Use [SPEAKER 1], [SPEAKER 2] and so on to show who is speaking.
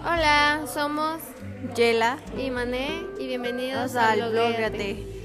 [SPEAKER 1] Hola, somos
[SPEAKER 2] Yela,
[SPEAKER 1] Imané y bienvenidos
[SPEAKER 2] vamos
[SPEAKER 1] a
[SPEAKER 2] al
[SPEAKER 1] Logréate.
[SPEAKER 2] Lógrate.